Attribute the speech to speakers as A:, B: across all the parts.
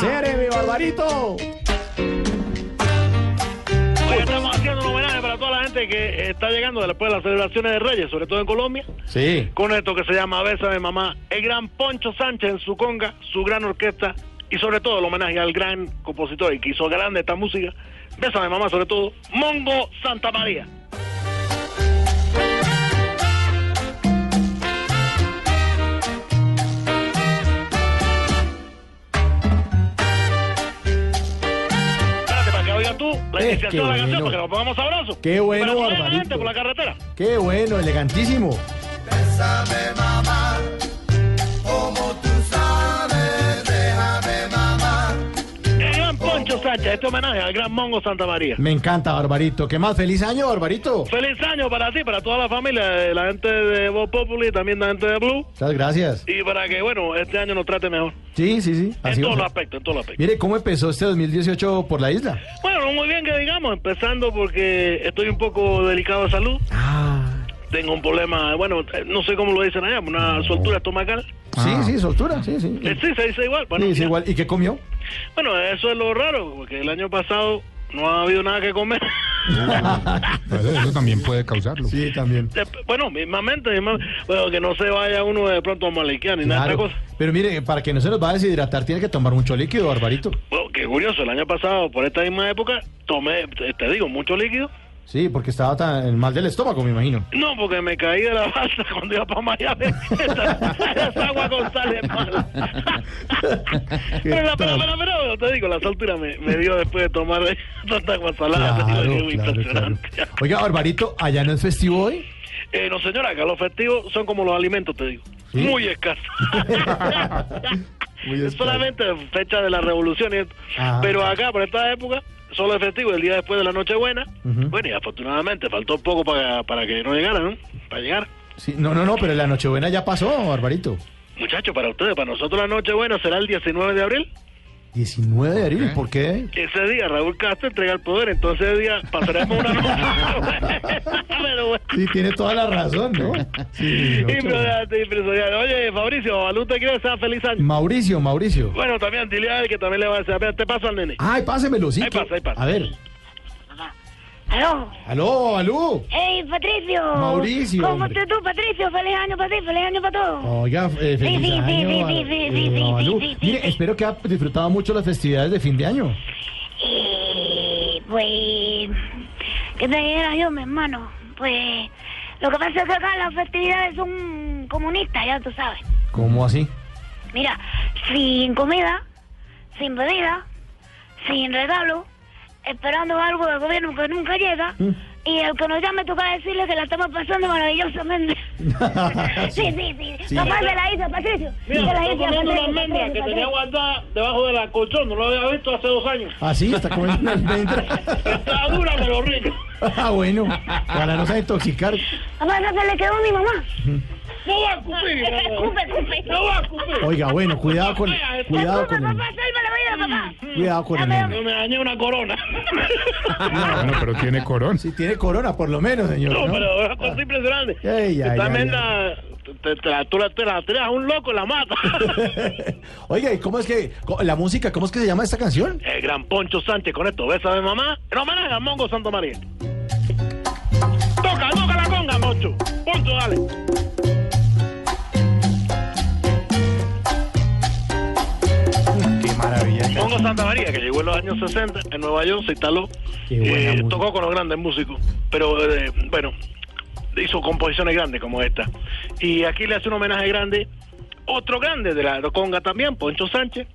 A: ¡Cere, eh, mi barbarito!
B: Hoy estamos haciendo un homenaje para toda la gente que está llegando después de las celebraciones de Reyes, sobre todo en Colombia,
A: Sí.
B: con esto que se llama Bésame Mamá, el gran Poncho Sánchez en su conga, su gran orquesta y sobre todo el homenaje al gran compositor y que hizo grande esta música, Bésame Mamá sobre todo, Mongo Santa María. Espérate para que oiga tú la
A: Eh, qué
B: iniciación de la canción,
A: bueno.
B: para que nos pongamos sabrosos.
A: Qué bueno,
B: Para que vaya la
A: Barbarito.
B: gente por la carretera.
A: ¡Qué bueno, elegantísimo!
C: Bésame mamá, como tú sabes, déjame mamá.
B: El gran Poncho Sánchez, este homenaje al gran Mongo Santa María.
A: Me encanta, Barbarito. ¿Qué más? ¡Feliz año, Barbarito!
B: Feliz año para ti, para toda la familia, de la gente de Voz Populi, también la gente de Blue.
A: Muchas gracias.
B: Y para que, bueno, este año nos trate mejor.
A: Sí, sí, sí. Así
B: en
A: va a
B: todos los
A: ser.
B: aspectos, en todos los aspectos.
A: Mire, ¿cómo empezó este 2018 por la isla?
B: Bueno, no muy bien que digamos, empezando porque estoy un poco delicado de salud.
A: Ah.
B: Tengo un problema, bueno, eh, no sé cómo lo dicen allá, una soltura estomacal.
A: Sí, sí, soltura, sí, sí.
B: Eh, Sí, se dice igual. Bueno,
A: Sí, es
B: ya.
A: igual. ¿Y qué comió?
B: bueno, eso es lo raro, porque el año pasado no ha habido nada que comer.
D: Pues eso también puede causarlo.
A: Sí, también.
B: Eh, bueno, mismamente, misma- bueno, que no se vaya uno de pronto a malequear ni nada de
A: Claro.
B: otra cosa.
A: Pero mire, para que no se nos va a deshidratar, tiene que tomar mucho líquido, Barbarito.
B: Bueno, qué curioso, el año pasado, por esta misma época, tomé, te te digo, mucho líquido.
A: Sí, porque estaba tan mal del estómago, me imagino.
B: No, porque me caí de la balsa cuando iba para Miami. Esa, esa agua González es mala. pero, la, pero, pero, pero, te digo, la soltura me, me dio después de tomar tanta agua salada. te digo, que es impresionante.
A: Oiga, Barbarito, ¿allá no es festivo hoy?
B: Eh, no, señora, acá los festivos son como los alimentos, te digo.
A: ¿Sí?
B: Muy escasos.
A: Muy escaso.
B: Solamente fecha de la revolución. y esto.
A: Ajá.
B: Pero acá, por esta época, solo es festivo el día después de la Nochebuena.
A: Ujú.
B: Bueno, y afortunadamente faltó poco para, para que no llegara, ¿no? Para llegar.
A: Sí, no, no, no, pero la Nochebuena ya pasó, Barbarito.
B: Muchachos, para ustedes, para nosotros la Nochebuena será el 19 de abril.
A: 19 de abril, ¿y ¿por qué?
B: Ese día Raúl Castro entrega el poder, entonces ese día pasaremos una noche. Pero bueno.
A: Sí, tiene toda la razón, ¿no? Sí, Nochebuena.
B: Impresionante, impresionante. Oye, Fabricio, Balú te quiere desear feliz año.
A: Mauricio, Mauricio.
B: Bueno, también dile a él que también le va a decir, a ver, te pasa al nene.
A: Ay, pásemelo, sí.
B: Ahí
A: que-
B: pasa, ahí pasa.
A: A ver.
E: Aló.
A: Aló, aló.
E: Hey, Patricio.
A: Mauricio,
E: ¿Cómo
A: hombre.
E: estás tú, Patricio? Feliz año para ti, feliz año para todos.
A: Oiga, eh, feliz
E: Sí, sí, sí,
A: año.
E: sí,
A: eh,
E: sí, sí, sí, sí,
A: Babalú.
E: sí, sí, sí,
A: Mire,
E: sí.
A: espero que ha disfrutado mucho las festividades de fin de año.
E: Eh, pues, ¿qué te dijera yo, mi hermano? Pues, lo que pasa es que acá las festividades son comunistas, ya tú sabes.
A: ¿Cómo así?
E: Mira, sin comida, sin bebida, sin regalo, esperando algo del gobierno que nunca llega.
A: Mm.
E: Y el que nos llame toca decirle que la estamos pasando maravillosamente. Sí, sí, sí.
A: Sí.
E: Papá se la hizo, Patricio.
B: Mira,
E: se la
B: estoy
E: hizo,
B: comiendo una
E: Patricio,
B: almendra que
E: Patricio,
B: tenía guardada debajo de la colchón, no lo había visto hace dos años.
A: Así, está comiendo una almendra.
B: Está dura, pero rica.
A: Ah, bueno, para no se intoxicar.
E: Papá, esa se le quedó a mi mamá.
B: No va a escupir.
E: Esa escupe, escupe.
B: No va a escupir.
A: Oiga, bueno, cuidado con, cuidado
E: Escupe,
A: con
E: papá,
A: el,
E: salva la vida, papá.
A: cuidado con el nene.
B: Yo me dañé una corona.
D: Bueno, pero tiene corona.
A: Si tiene corona, por lo menos, señor.
B: No,
A: ¿no?
B: pero es una cosa impresionante.
A: Ay, ay,
B: También
A: ay,
B: la, te, te la, tú la, te la tiras a un loco y la mata.
A: Oiga, ¿y cómo es que co- la música, cómo es que se llama esta canción?
B: El gran Poncho Sánchez con esto, besa de mamá, en homenaje a Mongo Santo María. Toca, toca la conga, Moncho. Poncho, dale.
A: Qué maravilla.
B: Mongo Santa María, que llegó en los años 60 en Nueva York, se instaló.
A: Qué buena
B: eh,
A: música.
B: tocó con los grandes músicos, pero eh, bueno, hizo composiciones grandes como esta. Y aquí le hace un homenaje grande, otro grande de la conga también, Poncho Sánchez,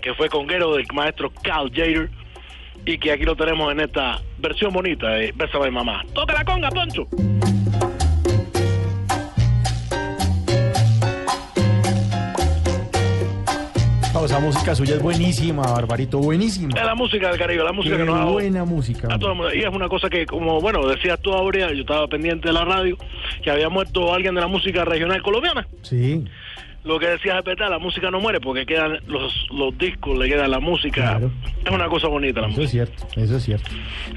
B: que fue conguero del maestro Cal Jader, y que aquí lo tenemos en esta versión bonita de Bésame Mamá. ¡Toca la conga, Poncho!
A: No, esa Ah, música suya es buenísima, Barbarito, buenísima.
B: Es la música del Caribe, la música que
A: Qué
B: nos ha dado
A: buena música.
B: A todo el mundo. Y es una cosa que, como bueno, decías tú ahora, yo estaba pendiente de la radio, que había muerto alguien de la música regional colombiana.
A: Sí,
B: Lo que decías es verdad, la música no muere porque quedan los, los discos, le queda la música.
A: Claro.
B: Es una cosa bonita la
A: eso
B: música.
A: es cierto, eso es cierto.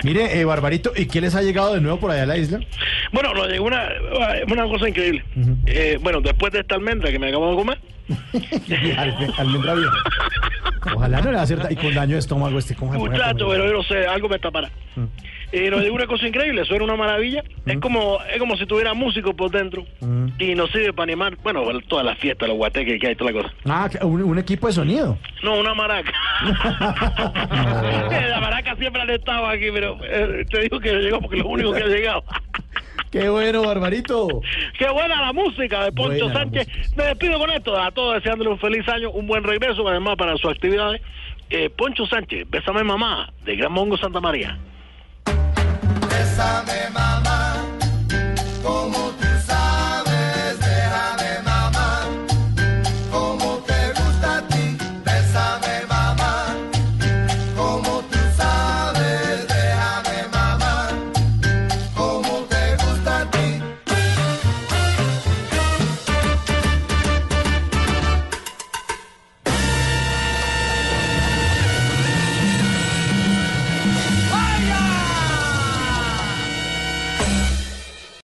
A: Mire, eh, Barbarito, ¿y qué les ha llegado de nuevo por allá a la isla?
B: Bueno, nos llegó una, una cosa increíble.
A: Ujú.
B: Eh, bueno, después de esta almendra que me acabo de comer,
A: Almen- Almendra vieja. Ah, Ojalá no le acerta. Y con daño de estómago este cómo se Mm, pone a
B: Muchacho,
A: comer.
B: pero yo no sé, algo me tapará. Eh, no, es una cosa increíble, suena una maravilla. Es como es como si tuviera músico por dentro
A: Mm.
B: y nos sirve para animar, bueno, bueno, todas las fiestas, los guateques que hay, toda la cosa.
A: Ah, que- un, un equipo de sonido.
B: No, una maraca. Eh, la maraca siempre han estado aquí, pero eh, te digo que llegó porque es lo único que ha llegado.
A: Qué bueno, Barbarito.
B: Qué buena la música de Poncho
A: Buena la
B: Sánchez.
A: música.
B: Me despido con esto. A todos deseándole un feliz año, un buen regreso, además para sus actividades. Eh, Poncho Sánchez, Bésame Mamá, de Gran Mongo Santa María.
C: Bésame mamá,